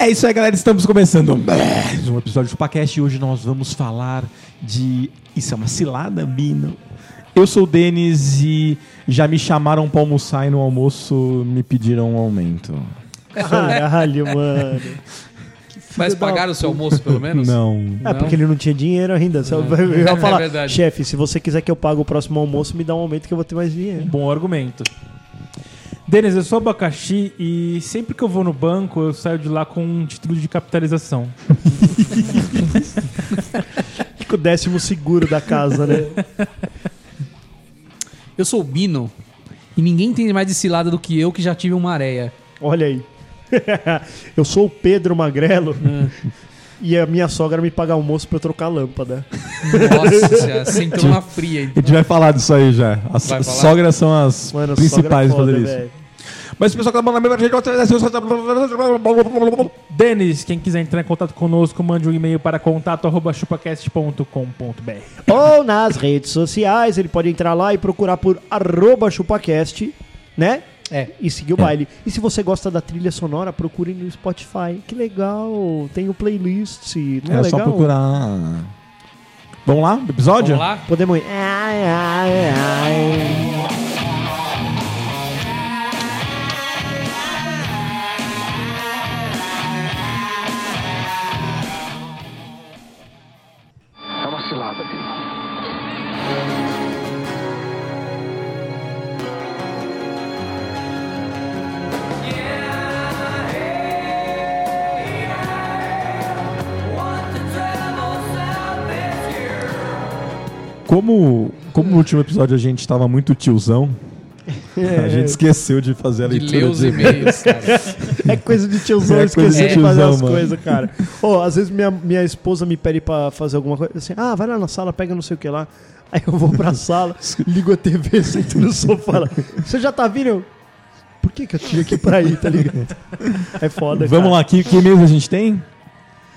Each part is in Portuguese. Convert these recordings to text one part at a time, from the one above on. É isso aí, galera. Estamos começando mais um episódio do Chupacast e hoje nós vamos falar de. Isso é uma cilada, Bino? Eu sou o Denis e já me chamaram pra almoçar e no almoço me pediram um aumento. Caralho, mano. Mas pagaram o seu almoço, pelo menos? Não. É Não? porque ele é não tinha dinheiro ainda. Só eu ia É falar, verdade. chefe, se você quiser que eu pague o próximo almoço, me dá um aumento que eu vou ter mais dinheiro. Bom argumento. Denis, eu sou abacaxi e sempre que eu vou no banco, eu saio de lá com um título de capitalização. Fica o décimo seguro da casa, né? Eu sou o Bino e ninguém entende mais de cilada do que eu, que já tive uma areia. Olha aí. eu sou o Pedro Magrelo Ah. e a minha sogra me paga almoço pra eu trocar a lâmpada. Nossa, sentou na fria. A gente vai falar disso aí já. As Vai falar? sogras são as Mano, a principais sogra é em foda, fazer isso. velho. Mas o pessoal que tá mandando a gente. Denis, quem quiser entrar em contato conosco, mande um e-mail para contato.chupacast.com.br. Ou nas redes sociais, ele pode entrar lá e procurar por arroba chupacast, né? É. E seguir o baile. E se você gosta da trilha sonora, procure no Spotify. Que legal! Tem o playlist. Não é, É só legal? procurar. Vamos lá? Episódio? Vamos lá? Podemos ir. Ai, ai, ai. É uma cilada, Bino. Como, como no último episódio a gente tava muito tiozão, a gente esqueceu de fazer a De leitura ler os de- e-mails, cara. É coisa de tiozão É coisa esquecer de de fazer tiozão, as mano. coisas, cara. Ô, às vezes minha, minha esposa me pede pra fazer alguma coisa. Assim, ah, vai lá na sala, pega não sei o que lá. Aí eu vou pra sala, ligo a TV, sento no sofá. fala, Você já tá vindo? Eu, Por que, que eu tive aqui pra ir, tá ligado? É foda, Vamos lá, que, que e-mails a gente tem?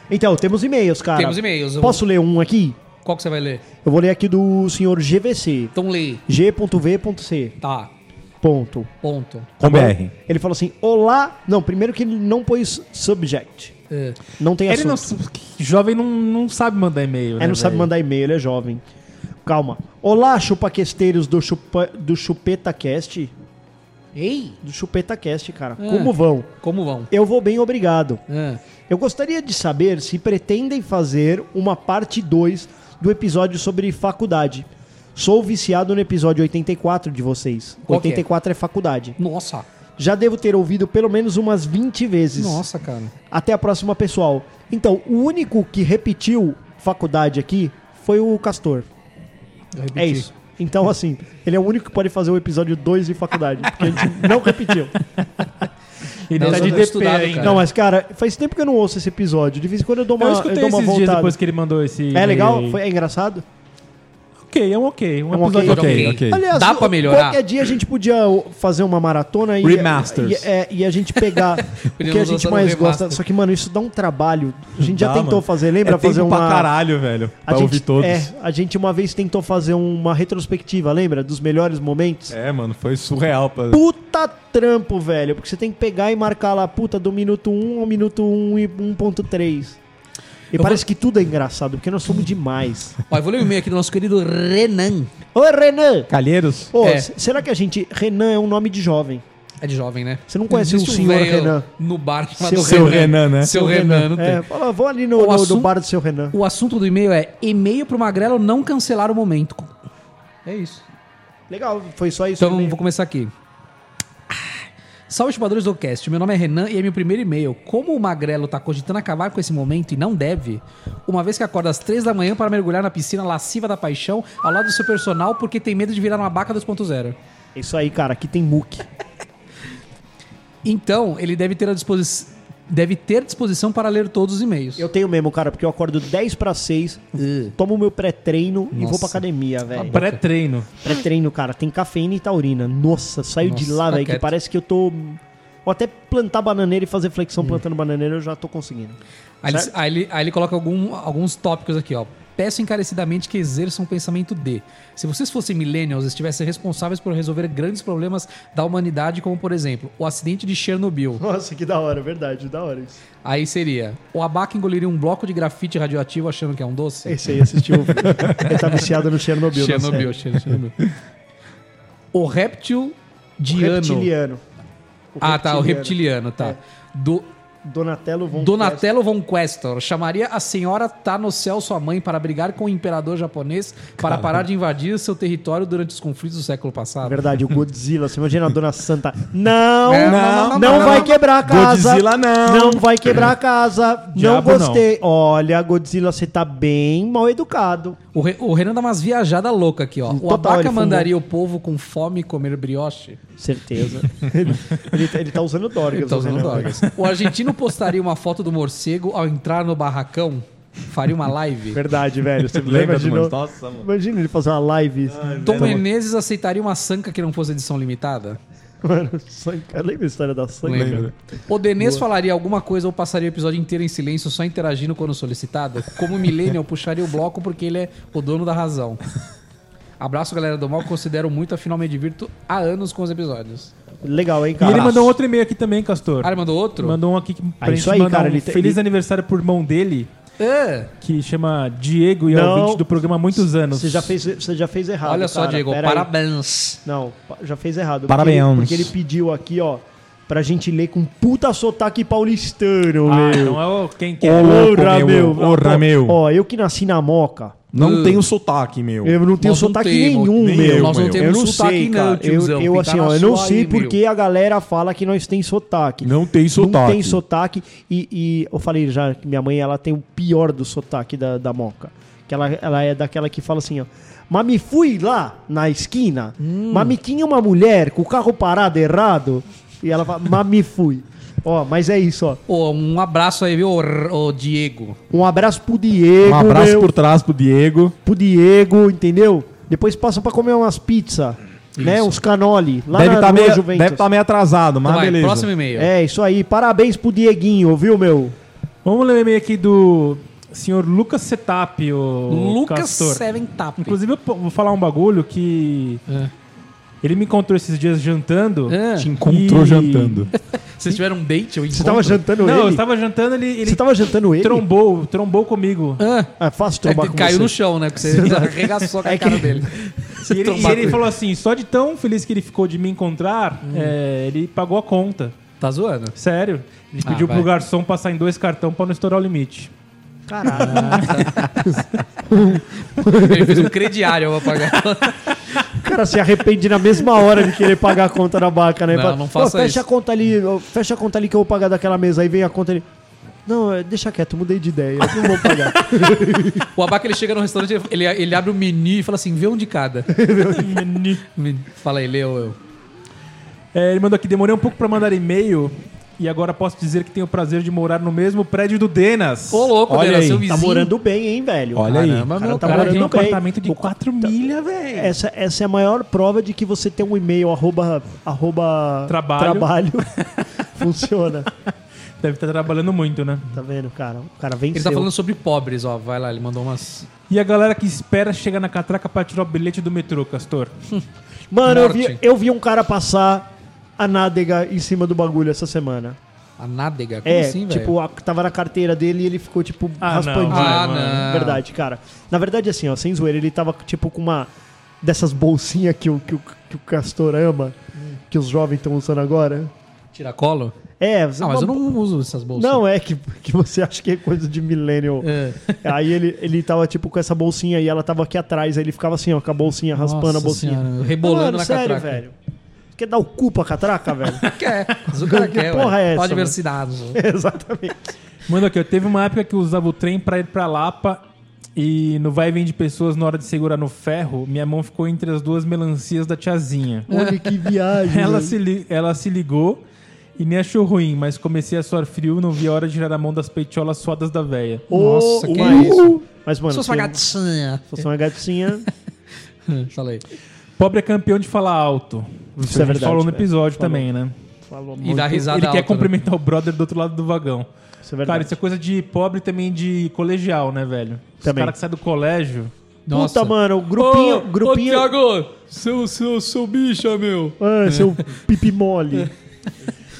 Então, temos e-mails, cara. Temos e-mails. Eu- Posso ler um aqui? Qual que você vai ler? Eu vou ler aqui do senhor GVC. Então lê. G.V.C. Tá, Ponto. ponto. Com BR. Ele falou assim: Olá. Não, primeiro que ele não pôs subject. É. Não tem Ele assunto. não, jovem não, não sabe mandar e-mail. né, Né, É, não sabe mandar e-mail, ele é jovem. Calma. Olá, chupaquesteiros do, chupa, do ChupetaCast. Ei, Do ChupetaCast, cara. É. Como vão? como vão? Eu vou bem, obrigado. É. Eu gostaria de saber se pretendem fazer uma parte 2 do episódio sobre faculdade. Sou viciado no episódio 84 de vocês. Qual que é? 84 é faculdade. Nossa, Já devo ter ouvido pelo menos umas 20 vezes. nossa, cara. Até a próxima, pessoal. Então, o único que repetiu faculdade aqui foi o Castor. Eu repeti. É isso. Então, assim, ele é o único que pode fazer o episódio 2 de faculdade, porque a gente não repetiu. Ele Não, tá eu não de DP estudava, ainda. cara. Não, mas, cara, faz tempo que eu não ouço esse episódio. De vez em quando eu dou uma, eu eu escutei dou uma esses voltada. dias depois que ele mandou esse É e-mail legal? aí. Foi, é engraçado? Ok, é um ok. Um É um ok. episódio ok. Ok, ok. Aliás, Dá o- pra melhorar? Qualquer dia a gente podia o- fazer uma maratona e, Remasters. e, é, e a gente pegar o que a Podíamos gente lançar um mais remaster. gosta. Só que, mano, isso dá um trabalho. A gente já Dá, tentou mano. fazer, É lembra? tempo fazer uma. pra caralho, velho. A Pra gente, ouvir todos. É, É. a gente uma vez tentou fazer uma retrospectiva, lembra? Dos melhores É. momentos. É, mano, foi surreal. Pra... Puta trampo, velho. Porque você tem que pegar e marcar lá, puta, do minuto 1 ao minuto 1 e 1.3. E Eu parece que tudo é engraçado, porque nós somos demais. Ó, eu vou ler o e-mail aqui do nosso querido Renan. Ô, Renan! Calheiros? Ô, É. s- será que a gente. Renan é um nome de jovem. É de jovem, né? Você não conhece Existe o senhor velho Renan? No bar chamado Seu Renan, né? Seu Renan, não tem. É, fala, vou ali no, O no- no assunto- bar do seu Renan. O assunto do e-mail é e-mail pro Magrelo não cancelar o momento. É isso. Legal, foi só isso. Então também. vou começar aqui. Salve, chupadores do cast. Meu nome é Renan e é meu primeiro e-mail. Como o Magrelo tá cogitando acabar com esse momento e não deve, uma vez que acorda às três da manhã para mergulhar na piscina lasciva da paixão ao lado do seu personal porque tem medo de virar uma abaca 2.0. É Isso aí, cara, aqui tem muque. Então, ele deve ter a disposição. Deve ter disposição para ler todos os e-mails. Eu tenho mesmo, cara, porque eu acordo 10 pra 6, tomo meu pré-treino e vou pra Nossa. academia, velho. Pré-treino. Pré-treino, cara, tem cafeína e taurina. Nossa, saio de Nossa, lá, tá velho, que quieto. parece que eu tô. Ou até plantar bananeira e fazer flexão plantando bananeira, eu já tô conseguindo. Aí ele, aí ele- aí ele coloca algum- alguns tópicos aqui, ó. Peço encarecidamente que exerçam o pensamento de. Se vocês fossem millennials, estivessem responsáveis por resolver grandes problemas da humanidade, como por exemplo, o acidente de Chernobyl. Nossa, que da hora, verdade, da hora isso. Aí seria: o abaca engoliria um bloco de grafite radioativo achando que é um doce? Esse aí assistiu. Ele tá viciado no Chernobyl, né? na Chernobyl, série. Cher- Chernobyl. O réptil diano. Reptiliano. O Ah, tá, o reptiliano. reptiliano, tá. É. Do, Donatello von Kessler. Donatello von Questor chamaria a senhora tá no céu sua mãe para brigar com o imperador japonês para parar de invadir seu território durante os conflitos do século É passado. Verdade, o Godzilla. Você imagina a Dona Santa. Não, É, não, não, não, não, não, vai não. quebrar a casa. Godzilla, não. Não vai quebrar a casa. Diabo, não gostei. Olha, Godzilla, você tá bem mal educado. O, Re- o Renan dá umas viajadas loucas aqui, ó. O Total, ele abaca fumou. mandaria o povo com fome comer brioche? Certeza. ele, ele tá- ele tá usando Dorgas. Ele tá usando Renan. drogas. O argentino postaria uma foto do morcego ao entrar no barracão? Faria uma live? Verdade, velho. Você lembra de novo? Nossa, mano. Imagina ele fazer uma live. Tom Menezes aceitaria uma sanca que não fosse edição limitada? Mano, sangue- lembra a história da sangue? Lembra. O Denês falaria alguma coisa ou passaria o episódio inteiro em silêncio, só interagindo quando solicitado? Como o Millennial puxaria o bloco porque ele é o dono da razão. Abraço, galera do mal. Considero muito, afinal me divirto há anos com os episódios. Legal, hein, E cara? ele mandou um outro e-mail aqui também, Castor. Ah, ele mandou outro? Mandou um aqui que pra Ah, isso gente aí, mandar cara, um ele te- feliz ele- aniversário pro irmão dele, Ah, que chama Diego e é Não. ouvinte do programa há muitos anos. Você já fez, você já fez errado. olha só, cara. Diego. Pera aí. Parabéns. Não, pa- já fez errado. Parabéns. Porque ele, porque ele pediu aqui, ó, pra gente ler com puta sotaque paulistano, Ah, meu. não é o quem quer. Porra, Ô, meu. meu. Porra, Ó, meu. Ó, eu que nasci na Moca, Uh. Não tem o sotaque, meu. Um eu não tenho Nós não sotaque temos, nenhum, nem meu. eu, Nós não meu. temos eu não sotaque sei, não, cara. tiozão. eu, eu, Fica assim, na ó, eu não sua sei aí, por meu. que a galera fala que nós tem sotaque. Não tem Não sotaque. tem sotaque. E, e eu falei já que minha mãe, ela tem o pior do sotaque da, da Moca. Que ela, ela é daquela que fala assim, ó. Mas me fui lá na esquina, Hum. mas me tinha uma mulher com o carro parado errado. E ela fala, mas me fui. Ó, mas é isso, ó. Ô, um abraço aí, viu, ô, r- ô, Diego. Um abraço pro Diego, Um abraço meu, por trás pro Diego. pro Diego, entendeu? Depois passa pra comer umas pizzas, né? Uns canoli. Lá Deve na estar rua meio, Juventus. deve tá meio atrasado, mas Então Vai, beleza. próximo e-mail. É, isso aí. Parabéns pro Dieguinho, viu, meu? Vamos ler o e-mail aqui do senhor Lucas Setap, o Lucas Castor. Seven Tap. Inclusive, eu po- vou falar um bagulho que É. ele me encontrou esses dias jantando. Ah, Te encontrou E- jantando. Vocês tiveram um date? Eu Você tava jantando Não, eu ele? estava jantando, ele, ele Você tava jantando ele? trombou, trombou comigo. Ah, É fácil é, trombar com caiu você. no chão, né? Porque você arregaçou com a É que- cara dele. E ele, trombar e ele com- falou assim: só de tão feliz que ele ficou de me encontrar, é, ele pagou a conta. Tá zoando? Sério. Ele Ah, pediu vai. pro garçom passar em dois cartão pra não estourar o limite. Caralho. Ele fez um crediário pra pagar. O cara se arrepende na mesma hora de querer pagar a conta da vaca, né? Não, Fala, não faça "Ô, fecha isso." a conta ali, ô, fecha a conta ali que eu vou pagar daquela mesa. Aí vem a conta ali. Não, é, deixa quieto, mudei de ideia. Eu não vou pagar. Tá O Abaca ele chega no restaurante, ele, ele abre o menu e fala assim: vê um de cada. menu. Fala aí, leu eu. É, ele mandou aqui, demorei um pouco pra mandar e-mail e agora posso dizer que tenho o prazer de morar no mesmo prédio do Denas. Ô, louco, Olha Dena, aí, seu tá vizinho. morando bem, hein, velho? Olha Caramba, Cara, meu tá cara. morando tem um bem. apartamento de O- 4 milha, velho. Essa, essa é a maior prova de que você tem um e-mail arroba, arroba Trabalho. trabalho. Funciona. Deve estar trabalhando muito, né? Tá vendo, cara? O cara venceu. Ele tá falando sobre pobres, ó. Vai lá, ele mandou umas. E a galera que espera chegar na catraca pra tirar o bilhete do metrô, Castor. Mano, eu Morte. vi, eu vi um cara passar a nádega em cima do bagulho essa semana. A nádega. Como É, assim, velho? tipo, a- tava na carteira dele e ele ficou, tipo, Ah, raspandinho. não, Ah, mano. não. Verdade, cara. Na verdade, assim, ó, sem zoeira, ele tava, tipo, com uma dessas bolsinhas que o, que o, que o Castor ama, Hum. que os jovens estão usando agora. Tiracolo? É, você Não, Ah, mas uma eu não uso essas bolsas. não, é que, que você acha que é coisa de millennial. É. Aí ele, ele tava, tipo, com essa bolsinha e ela tava aqui atrás. Aí ele ficava assim, ó, com a bolsinha, raspando Nossa a bolsinha. senhora, rebolando Mano, na sério, catraca. velho. quer dar o cu pra catraca, velho? Quer. Mas o cara Que quer, porra ué. é essa, Ó a diversidade. Exatamente. Manda aqui, ó. Teve uma época que eu usava o trem pra ir pra Lapa e no vai e vem de pessoas na hora de segurar no ferro, minha mão ficou entre as duas melancias da tiazinha. Olha que viagem. Ela velho. se, li- ela se ligou e nem achou ruim, mas comecei a suar frio, não vi a hora de tirar a mão das peitiolas suadas da véia. Nossa, que mas- isso. Mas, mano, Se fosse uma tem- gatinha. se fosse uma gatinha, Falei. Pobre é campeão de falar alto. Isso a é gente verdade, Falou no velho. episódio Falou. também, né? falou E dá muito. risada Ele alta, né? quer cumprimentar o brother do outro lado do vagão. Isso é verdade. Cara, isso é coisa de pobre e também de colegial, né, velho? Os Também. caras que saem do colégio. né? Nossa. Puta, mano, o grupinho. grupinho Thiago, seu, seu, seu bicha, meu. Ah, seu pipi mole.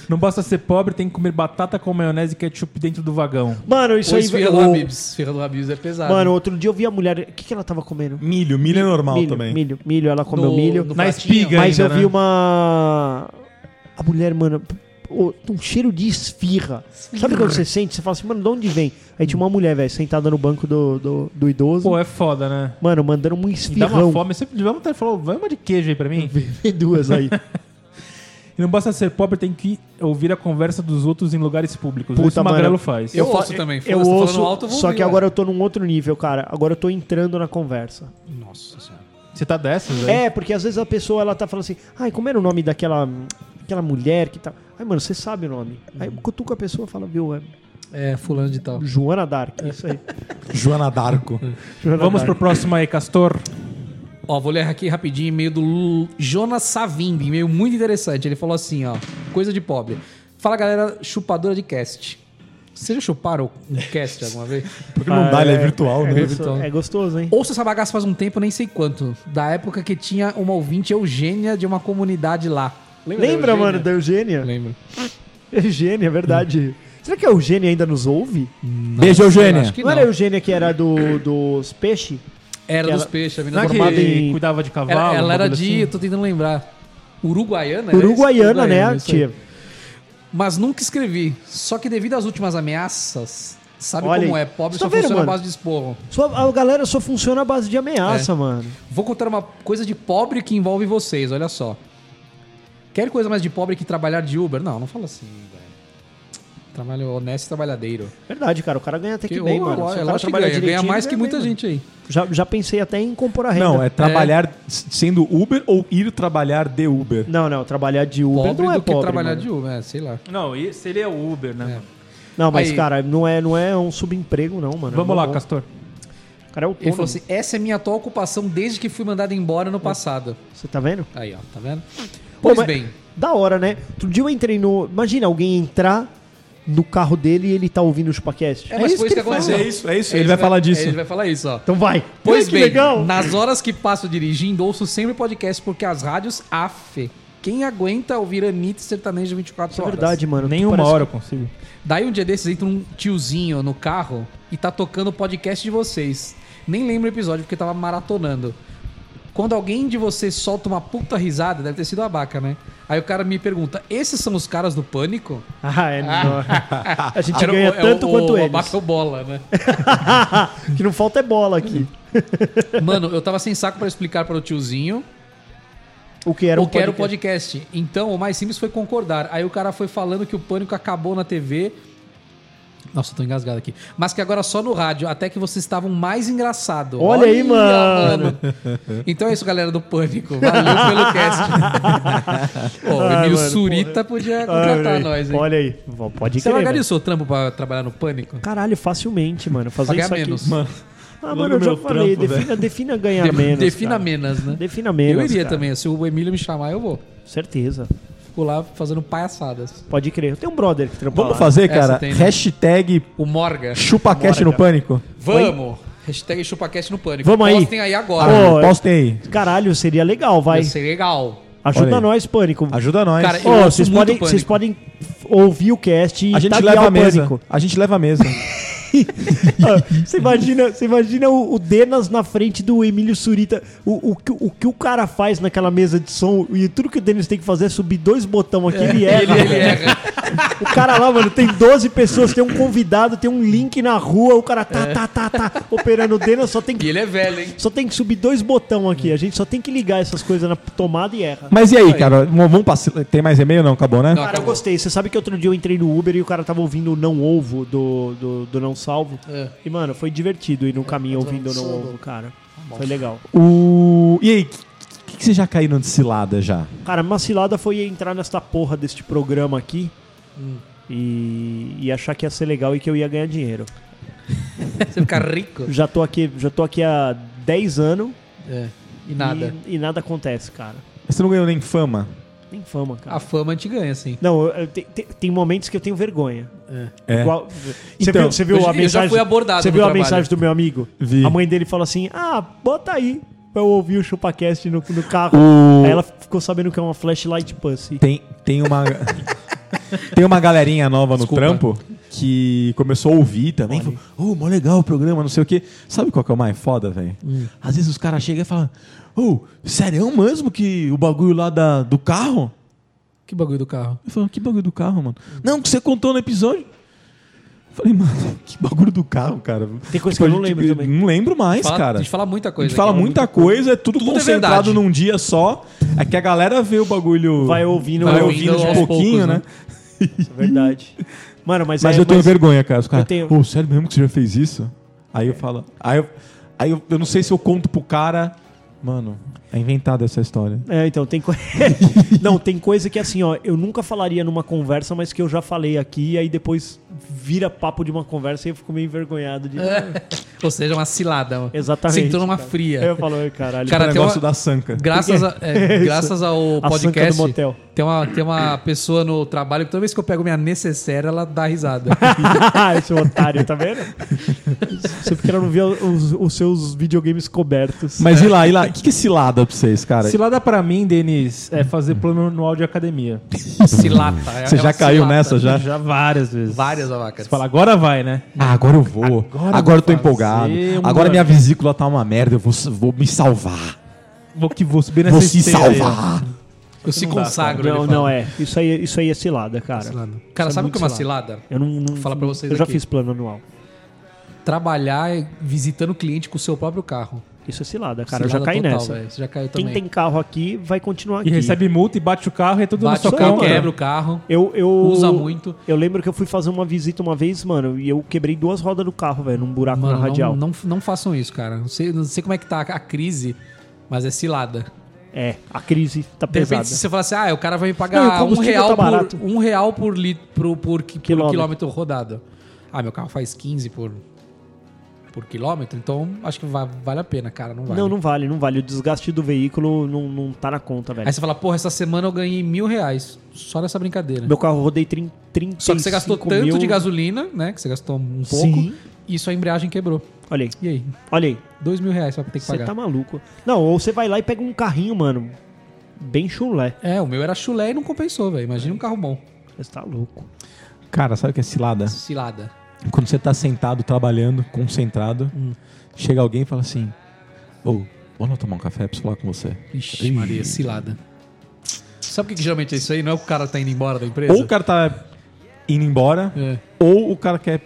Não basta ser pobre, tem que comer batata com maionese e ketchup dentro do vagão. Mano, isso Isso aí. esfirra o- do Habibs. Esfirra do Habibs é pesado. Mano, outro dia eu vi a mulher. O que, que ela tava comendo? Milho, milho é normal milho, também. Milho, milho, ela comeu No- milho. no Na pratinho. espiga. Mas ainda, eu vi né? uma. A mulher, mano. p- o- Um cheiro de esfirra. Sabe quando você sente? Você fala assim, mano, de onde vem? Aí tinha uma mulher, velho, sentada no banco do, do, do idoso. Pô, é foda, né? Mano, mandando um E dá uma esfirrão. fome. Eu sempre tive vontade de falar, vai uma de queijo aí pra mim. Tem duas aí. E não basta ser pobre, tem que ouvir a conversa dos outros em lugares públicos. Puta, Isso o mano. Magrelo faz. Eu faço também. Eu Foda-se, tô falando ouço, alto, eu vou só ouvir, que ué. agora eu tô num outro nível, cara. Agora eu tô entrando na conversa. Nossa senhora. Você tá dessas, velho? É, porque às vezes a pessoa, ela tá falando assim, ai, como era o nome daquela, daquela mulher que tá... Ai, mano, você sabe o nome. Aí Hum. cutuca a pessoa e fala, viu, é É, fulano de tal. Joana Dark, isso aí. Joana Darko. Joana Vamos pro Dark. próximo aí, Castor. Ó, vou ler aqui rapidinho e-mail do Lu- Jonas Savimbi, e-mail muito interessante. Ele falou assim, ó, coisa de pobre. Fala, galera chupadora de cast. Vocês já chuparam um cast alguma vez? Porque não dá, ele é virtual, É né? gostoso, então. é gostoso, hein? Ouço essa bagaça faz um tempo, nem sei quanto. Da época que tinha uma ouvinte Eugênia de uma comunidade lá. da Lembra, Eugênia? Hum. mano, da Eugênia? Lembro. Eugênia, é verdade. Será que a Eugênia ainda nos ouve? Beijo, Eu Eugênia. acho que não, não. era a Eugênia que era do, dos peixes? Era que dos ela- peixes, a menina Não é do que Formado em- cuidava de cavalo? Ela, ela um era bagulho de, eu tô tentando lembrar. Uruguaiana? era isso? Uruguaiana, né, isso aí. tia? Mas nunca escrevi. Só que devido às últimas ameaças, sabe Olha como aí. é? Pobre Tá só vendo, funciona à mano? base de esporro. Só, a galera só funciona à base de É. ameaça, mano. Vou contar uma coisa de pobre que envolve vocês, olha só. Quer coisa mais de pobre que trabalhar de Uber? Não, não fala assim, velho. Trabalho honesto e trabalhadeiro. Verdade, cara. O cara ganha até que, Porque, bem, ô, mano. Se o É cara lógico que trabalhar ganha. Ganha direitinho, mais ele que ganha muita bem, gente aí. mano. Já, já pensei até em compor a renda. Não, é trabalhar s- sendo Uber ou ir trabalhar de Uber. Não, não. Trabalhar de Uber Pobre não é do que pobre, trabalhar mano. de Uber, é, sei lá. assim. Não, e seria o Uber, né? É. Não, mas, Aí. cara, não é, não é um subemprego, não, mano. Vamos é lá, uma boa. Castor. O cara é Ele autônomo. falou assim: essa é minha atual ocupação desde que fui mandado embora no passado. Você tá vendo? Aí, ó, tá vendo? Pô, É. Pois mas- bem, Da hora, né? Outro dia eu entrei no... Imagina alguém entrar no carro dele e ele tá ouvindo o Chupacast. é, mas foi isso que ele fala. aconteceu. É isso, é isso. Ele vai falar disso. Ele vai falar isso, ó. Então vai. Pois Olha que bem, legal. nas horas que passo dirigindo, ouço sempre podcast porque as rádios AF. Quem aguenta ouvir Anitta e sertanejo 24 É horas? verdade, mano. Nem uma Parece- hora eu consigo. Daí um dia desses entra um tiozinho no carro e tá tocando o podcast de vocês. Nem lembro o episódio porque tava maratonando. Quando alguém de vocês solta uma puta risada, deve ter sido a Abaca, né? Aí o cara me pergunta: esses são os caras do pânico? Ah, é. não. A gente Era o- ganha é o- tanto quanto o eles. Abaca é o bola, né? O que não falta é bola aqui. Mano, eu tava sem saco pra explicar para o tiozinho O que era eu um quero podcast. podcast. Então, o mais simples foi concordar. Aí o cara foi falando que o pânico acabou na TV. Nossa, eu tô engasgado aqui. Mas que agora só no rádio, até que vocês estavam mais engraçado. Olha aí, mano. mano. Então é isso, galera do Pânico. Valeu pelo cast. Ô, o Ah, Emílio mano, Surita podia contratar olha aí, nós, hein? Olha aí. Vó, Pode Você crer. largaria mano. o seu trampo pra trabalhar no Pânico? Caralho, facilmente, mano. Fazer Pagar isso aqui. menos. Mano, Ah, mano, eu já meu falei. trampo, defina, defina ganhar menos. Defina cara. menos, né? Defina menos. eu iria cara. também. Se o Emílio me chamar, eu vou. Certeza. Fico tipo lá fazendo palhaçadas. Pode crer. Eu tenho um brother que trampa Vamos lá. fazer, Essa cara, tem, né? hashtag O Morga. ChupaCast no Pânico? Vamos! Hashtag ChupaCast no Pânico. Vamos aí. Postem aí agora. Ô, Ah, Postem aí. Caralho, seria legal, vai. Vai ser legal. Olha Ajuda aí. nós, Pânico. Ajuda nós. Cara, Ô, Eu ouço vocês, muito podem, Pânico. vocês podem f- ouvir o cast e a tá gente taguear leva a o mesa. Pânico. A gente leva a mesa. Ah, Você imagina, você imagina o, o Denas na frente do Emílio Surita. O, o, que- o que o cara faz naquela mesa de som e tudo que o Denis tem que fazer é subir dois botões aqui. Ele erra. Ele erra. O cara lá, mano, tem 12 pessoas, tem um convidado, tem um link na rua, o cara tá, tá, tá, tá, operando o dedo, só tem E que. ele é velho, hein? Só tem que subir dois botão aqui. A gente só tem que ligar essas coisas na tomada e erra. Mas e aí, cara? Vamos vamos passar. Tem mais e-mail? Não, acabou, né? Não. Cara, eu acabou. gostei. Você sabe que outro dia eu entrei no Uber e o cara tava ouvindo o Não Ovo do, do, do Não Salvo. É. E, mano, foi divertido ir no caminho ouvindo o Não Ovo, cara. Tá Foi legal. O... E aí, o que, que vocês já caíram de cilada já? Cara, uma cilada foi entrar nesta porra deste programa aqui Hum. e, e achar que ia ser legal e que eu ia ganhar dinheiro. Você fica rico. Já tô aqui, já tô aqui há 10 anos É. E nada. E, e nada acontece, cara. Você não ganhou nem fama? Nem fama, cara. A fama te ganha, assim. Não, eu- eu- tem, tem- tem momentos que eu tenho vergonha. É. Igual- você, Então, viu, você viu eu já- a eu já mensagem? fui abordado Você no viu a trabalho. mensagem do meu amigo? Vi. A mãe dele falou assim: Ah, bota aí pra eu ouvir o ChupaCast no, no carro. O- Aí ela ficou sabendo que é uma flashlight pussy. Tem, tem uma. tem uma galerinha nova no Desculpa. trampo que começou a ouvir também. Falou, oh, mó legal o programa, não sei o quê. Sabe qual que é o mais foda, velho? Às vezes os caras chegam e falam, ô, sério é um mesmo que o bagulho lá da, do carro? Que bagulho do carro. Eu falei, que bagulho do carro, mano? Não, que você contou no episódio. Eu falei, mano, que bagulho do carro, cara. Tem coisa Tipo, que eu a não gente- lembro também. Não lembro mais, Fala- cara. A gente fala muita A coisa. gente fala aqui, né? muita coisa, é tudo, Tudo é concentrado verdade. num dia só. É que a galera vê o bagulho. Vai ouvindo, vai Vai ouvindo ouvindo de aos pouquinho, poucos, né? né? É verdade. Mano, mas, Mas é, eu tenho vergonha, cara. Os caras. tenho. Ô, sério mesmo que você já fez isso? Aí eu falo. Aí eu, aí eu, eu não sei se eu conto pro cara. Mano, é inventada essa história. É, então, tem coisa. não, tem coisa que assim, ó, eu nunca falaria numa conversa, mas que eu já falei aqui, e aí depois vira papo de uma conversa e eu fico meio envergonhado de. Ou seja, uma cilada. ó. Exatamente, Você entrou numa cara. fria. Aí eu falo, "Ai, caralho. O Cara, tem negócio uma- da sanca. Graças, a- é, graças ao sanca podcast, do motel. Tem, uma, tem uma pessoa no trabalho que toda vez que eu pego minha necessaire, ela dá risada. Esse otário, tá vendo? Você porque ela não via os, os seus videogames cobertos. Mas e lá, e lá? O que, que é cilada pra vocês, cara? Cilada pra mim, Denis, é fazer Hum. plano no áudio academia. Cilata. Você já caiu nessa já? Já várias vezes. Várias vacas. Você fala, agora vai, né? Ah, agora eu vou. Agora, eu tô fazer empolgado. um Agora minha bagulho. vesícula tá uma merda. Eu vou, vou me salvar. Vou que vou subir nessa Vou se esteira aí, ó. salvar. Eu se Não dá, consagro. não, ele fala. não é. Isso aí, isso aí é cilada, cara. Cara, Isso é sabe o que é uma muito cilada? Eu não, não Vou falar pra vocês Eu já aqui. fiz plano anual. Trabalhar visitando o cliente com o seu próprio carro. Isso é cilada, cara. eu Cilada já caí total, nessa. velho. Você já caiu Quem também. tem carro aqui vai continuar E aqui. recebe multa e bate o carro e é tudo Bate no o seu carro, carro. quebra o carro. Eu, eu, Usa muito. Eu lembro que eu fui fazer uma visita uma vez, mano, e eu quebrei duas rodas do carro, velho, num buraco Mano, na radial. Não, não, não façam isso, cara. Não sei, não sei como é que tá a crise, mas é cilada. É, a crise tá De pesada. repente, se você falar assim, ah, o cara vai me Não, e o pagar um, combustível real tá barato. por, um real por, lit, pro- por, qui- por Quilômetro. quilômetro. rodado. Ah, meu carro faz 15 por, por quilômetro, então acho que va- vale a pena, cara. Não vale. Não, não vale, não vale. O desgaste do veículo não, não tá na conta, velho. Aí você fala, porra, essa semana eu ganhei mil reais. Só nessa brincadeira. É. Meu carro eu rodei 30, 35 Só que você gastou tanto mil- de gasolina, né? Que você gastou um pouco. Sim. E sua embreagem quebrou. Olha aí, E aí? olha aí. Dois mil reais pra ter que Você pagar. tá maluco. Não, ou você vai lá e pega um carrinho, mano. Bem chulé. É, o meu era chulé e não compensou, velho. Imagina um carro bom. Você tá louco. Cara, sabe o que é cilada? Cilada. Quando você tá sentado, trabalhando, concentrado, chega alguém e fala assim: Ô, bora tomar um café, preciso falar com você. Ixi, Maria, cilada. Sabe o que, que geralmente é isso aí? Não é o cara tá indo embora da empresa? Ou o cara tá indo embora, É, ou o cara quer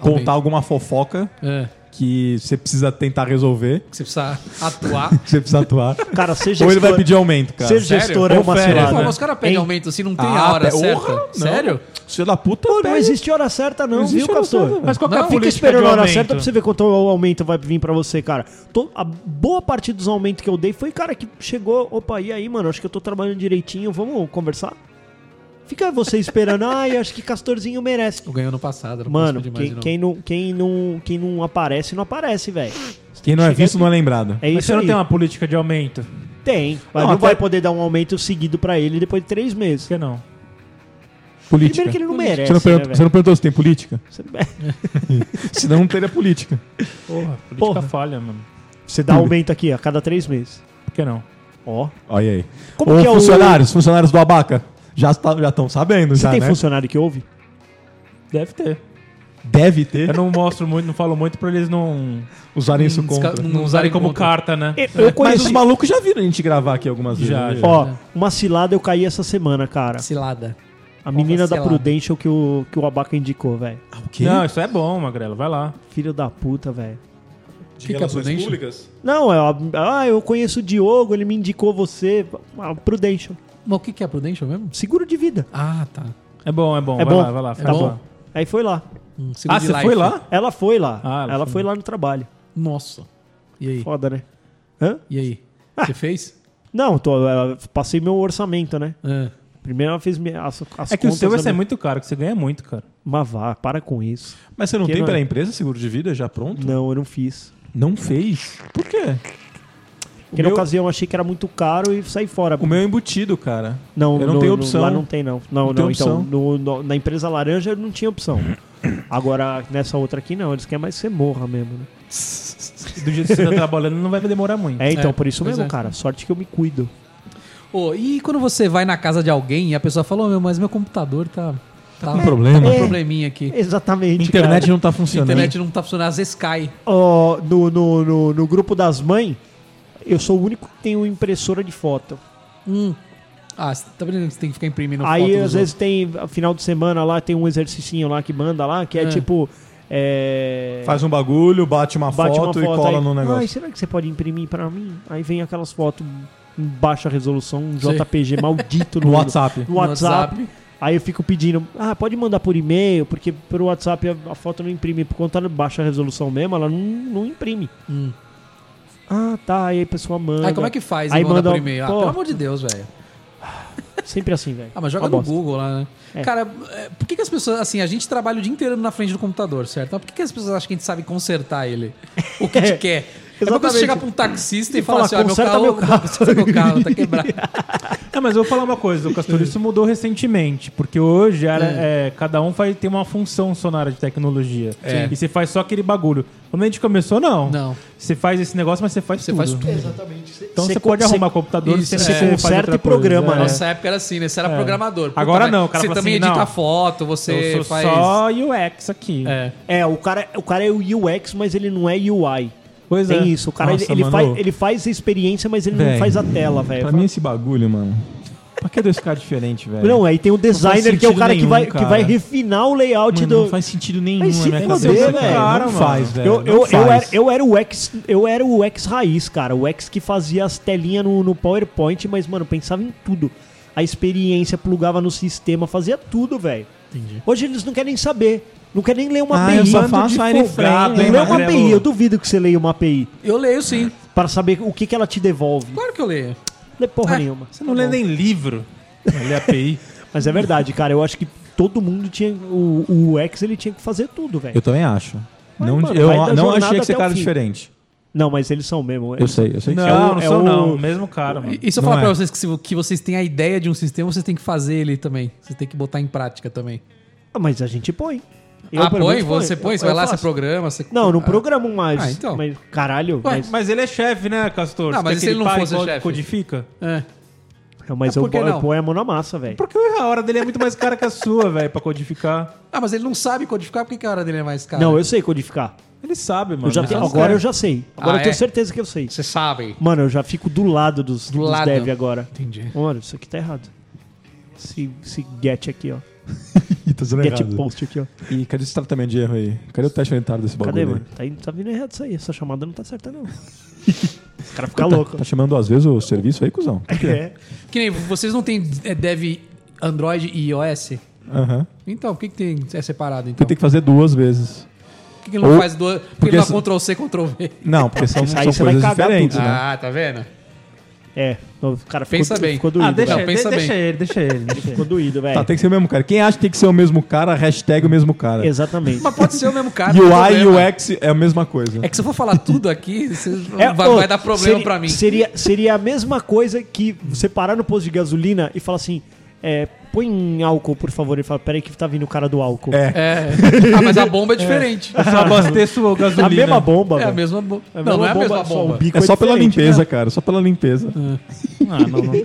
contar Alguém. alguma fofoca é. que você precisa tentar resolver, Que você precisa atuar. que você precisa atuar. Cara, ser ou gestor, ele vai pedir aumento, cara. ser gestor é Ou uma férias, né? Pô, cilada. mas os caras pedem Hein? aumento assim, não tem Ah, a hora pe- certa. Porra, não. Sério? Filho da puta, Não pega. existe hora certa, não, Não existe viu, hora certa, Castor? velho. Mas qual que é Não, a Fica política esperando de a hora aumento? né? certa pra você ver quanto o aumento vai vir pra você, cara. To- a boa parte dos aumentos que eu dei foi, cara, que chegou. Opa, e aí, mano? Acho que eu tô trabalhando direitinho, vamos conversar? Fica você esperando. Ai, acho que Castorzinho merece. Eu ganhei ano passado. Não Mano, posso pedir mais de quem, novo. quem não, quem, não, quem não aparece, não aparece, velho. Você tem Quem que não é chegar visto e- não é lembrado. É Mas isso você não aí. tem uma política de aumento? Por Tem, mas Não, não até- vai poder dar um aumento seguido pra ele depois de três meses. que não? Política. Primeiro que ele não Você merece, não, né, perguntou, você velho? não perguntou se tem política? Você, Senão não teria política. Porra, política Porra. falha, mano. você dá aumento aqui, ó, a cada três meses. Por que não? Ó. Olha aí. Como Ô, que é o- funcionários, funcionários do Abaca, já estão sabendo. Você já, tem né? funcionário que ouve? Deve ter. Deve ter. Eu não mostro muito, não falo muito pra eles não, Usarem isso Hum, Não contra. desca- não usarem como contra. carta, né? Eu, eu É, Mas os conheci. malucos já viram a gente gravar aqui algumas vezes. Já, né? já. Ó, uma cilada eu caí essa semana, cara. Cilada. A menina da sei lá. Prudential que o, que o Abaca indicou, velho. Ah, o quê? Não, isso é bom, Magrelo. Vai lá. Filho da puta, velho. de que é relações prudente? públicas? Não, é, a- ah, eu conheço o Diogo, ele me indicou você. Ah, Prudential. Mas o que que é Prudential mesmo? Seguro de vida. Ah, tá. É bom, é bom. é vai bom. lá, vai lá. Tá faz bom. lá. Aí foi lá. Um seguro Ah, de você life. foi lá? Ela foi lá. Ah, ela ela foi foi lá no trabalho. Nossa. E aí? Foda, né? Hã? E aí? Você fez? Não, tô, eu passei meu orçamento, né? Ah. Primeiro ela fez minha- as, as É que o contas seu vai da ser minha- muito caro, que você ganha muito, cara. Mas vá, para com isso. Mas você não Que tem não é. pela empresa seguro de vida já pronto? Não, eu não fiz. Não fez. Por quê? Porque meu- na ocasião eu achei que era muito caro e saí fora. O meu é embutido, cara. Não, eu não no- tenho no- opção. Lá não tem, não. Não, Não não, tem opção. então. no- no- na empresa laranja não tinha opção. Agora, nessa outra aqui, não. Eles querem mais que você morra mesmo, né? Do jeito que você tá trabalhando, não vai demorar muito. É, então, É, por isso pois mesmo, é. cara. Sorte que eu me cuido. Ô, e quando você vai na casa de alguém e a pessoa fala, ô meu, mas meu computador tá. Tá com problema. Tá com um É. probleminha aqui. Exatamente. Internet cara. não tá A funcionando. internet não tá funcionando, às vezes cai. Ó, no, no, no, no grupo das mães, eu sou o único que tenho impressora de foto. Hum. Ah, você tá vendo que você tem que ficar imprimindo foto Aí, dos às vezes, tem final de semana lá, tem um exercicinho lá que manda lá, que é, É. tipo. É... Faz um bagulho, bate uma, bate foto, uma e foto cola aí, no Ai, negócio. será que você pode imprimir pra mim? Aí vem aquelas fotos em baixa resolução, um Sim. JPG maldito No WhatsApp. no WhatsApp. Aí eu fico pedindo, ah, pode mandar por e-mail, porque pelo WhatsApp a, a foto não imprime. Por conta de baixa resolução mesmo, ela não, não imprime. Hum. Ah, tá. Aí a pessoa manda. Aí como é que faz? Aí e manda manda- um por e-mail. Ah, Pô. pelo amor de Deus, velho. Sempre assim, velho. Ah, mas joga Uma no bosta. Google lá, né? É. Cara, é, por que, que as pessoas. Assim, a gente trabalha o dia inteiro na frente do computador, certo? Mas por que, que as pessoas acham que a gente sabe consertar ele? O que te quer? É uma coisa Exatamente. chegar pra um taxista e E falar assim: falar, ó, meu "Conserta carro, meu carro." conserta meu carro, tá quebrado. É, mas eu vou falar uma coisa, o Castor, isso mudou recentemente, porque hoje era, é, cada um faz, tem uma função só na área de tecnologia. É. E você faz só aquele bagulho. Quando a gente começou, não. Não. Você faz esse negócio, mas você faz Você tudo. faz tudo. Então Você você pode con- arrumar você- computador, Isso, você, você você é, faz conserta outra e programa, coisa, né? é. Nossa época era assim, né? Você era programador. Puta, Agora mas não, o cara Você fala também assim, edita não. foto, você Então Eu sou faz. só UX aqui. É. É, o cara, o cara é o UX, mas ele não é UI. Pois Tem é. isso, o cara Nossa, ele, ele mano. faz, ele faz a experiência, mas ele Véi, não faz a tela, velho. Pra mim esse bagulho, mano. Pra que dois caras diferentes, velho? Não, aí tem o designer que é o sentido cara, que, nenhum, vai, cara. que vai refinar o layout Mano, do. não faz sentido nenhum Mas é na se minha foder, cabeça, velho. cara. Não Não faz, velho. Eu, É, Não eu, eu, era, faz. eu era o ex, eu era o ex raiz, cara, o ex que fazia as telinhas no, no PowerPoint, mas mano, pensava em tudo. A experiência plugava no sistema, fazia tudo, velho. Hoje eles não querem saber, não querem nem ler uma Ah, API. eu só Bando faço de wireframe, folgado, hein, Lê uma Magrelo? API, eu duvido que você leia uma API Eu leio sim. para saber o que, que ela te devolve. Claro que eu leio. Lê porra Ah, nenhuma. Você não lê nem livro. Lê API. Mas é verdade, cara, eu acho que todo mundo tinha o, o ex ele tinha que fazer tudo, velho. Eu também acho. Mas, não mano, eu vai da não jornada achei que você é até o cara fim. diferente. Não, mas eles são mesmo. Eu sei, eu sei que não, você é. o- não é sou o- não. Mesmo cara, mano. E, e se eu Não falar é. pra vocês que, se- que vocês têm a ideia de um sistema, vocês têm que fazer ele também. Vocês têm que botar em prática também. Ah, Mas a gente põe. ah, pelo põe? menos, ponho. Você põe? Eu- Você vai eu lá, faço. você programa? Você... Não, eu não Ah. programo mais. Ah, então. Mas, caralho, Ué, mas, Mas ele é chefe, né, Castor? Não, Você mas quer e se que ele não pare fosse igual chefe? Codifica? É. mas Ah, eu, por que bo- eu não? ponho a mão na massa, velho. Porque a hora dele é muito mais cara que a sua, velho, pra codificar. Ah, mas ele não sabe codificar, por que que a hora dele é mais cara? Não, eu sei codificar. Ele sabe, mano. Eu já Ele te- é sabe. agora eu já sei. Agora Ah, eu tenho é? certeza que eu sei. Você sabe. Mano, eu já fico do lado dos, Do dos lado. dev agora. Entendi. Mano, isso aqui tá errado. Esse, esse get aqui, ó. é Tá sendo Get errado. post aqui, ó. E cadê esse tratamento de erro aí? Cadê o teste orientado desse bagulho? Cadê, aí? mano? Tá, indo- tá vindo errado isso aí. Essa chamada não tá certa, não. Os caras ficam loucos. Tá chamando às vezes o serviço aí, cuzão? Por quê? É. Que nem, vocês não têm é, dev Android e iOS? Aham. Então, por que, que tem, é separado então? Você tem que fazer duas vezes. Por que, que ele não Ou- faz duas. Por que porque ele não se- dá Ctrl C, Ctrl V? Não, porque são, Aí são você vai coisas cagar diferentes, tudo. né? Ah, tá vendo? É. O cara ficou, Pensa bem. ficou doído. Ah, deixa, Não, ele, pensa de- deixa bem. ele, deixa ele. velho. Ficou doído, velho. Tá, tem que ser o mesmo cara. Quem acha que tem que ser o mesmo cara, hashtag o mesmo cara. Exatamente. Mas pode ser o mesmo cara. não tem UI e problema. UX é a mesma coisa. É que se eu for falar tudo aqui, você É, vai, ô, vai dar problema seria- pra mim. Seria, seria a mesma coisa que você parar no posto de gasolina e falar assim: é, põe em álcool, por favor. Ele fala: peraí, que tá vindo o cara do álcool. É. É. Ah, mas a bomba é diferente. Eu só abasteço o gasolina. A mesma bomba, É a velho. mesma bomba. Não, não é a só mesma bomba. o bico É só pela diferente, limpeza, né? cara. Só pela limpeza. Ah, não, não.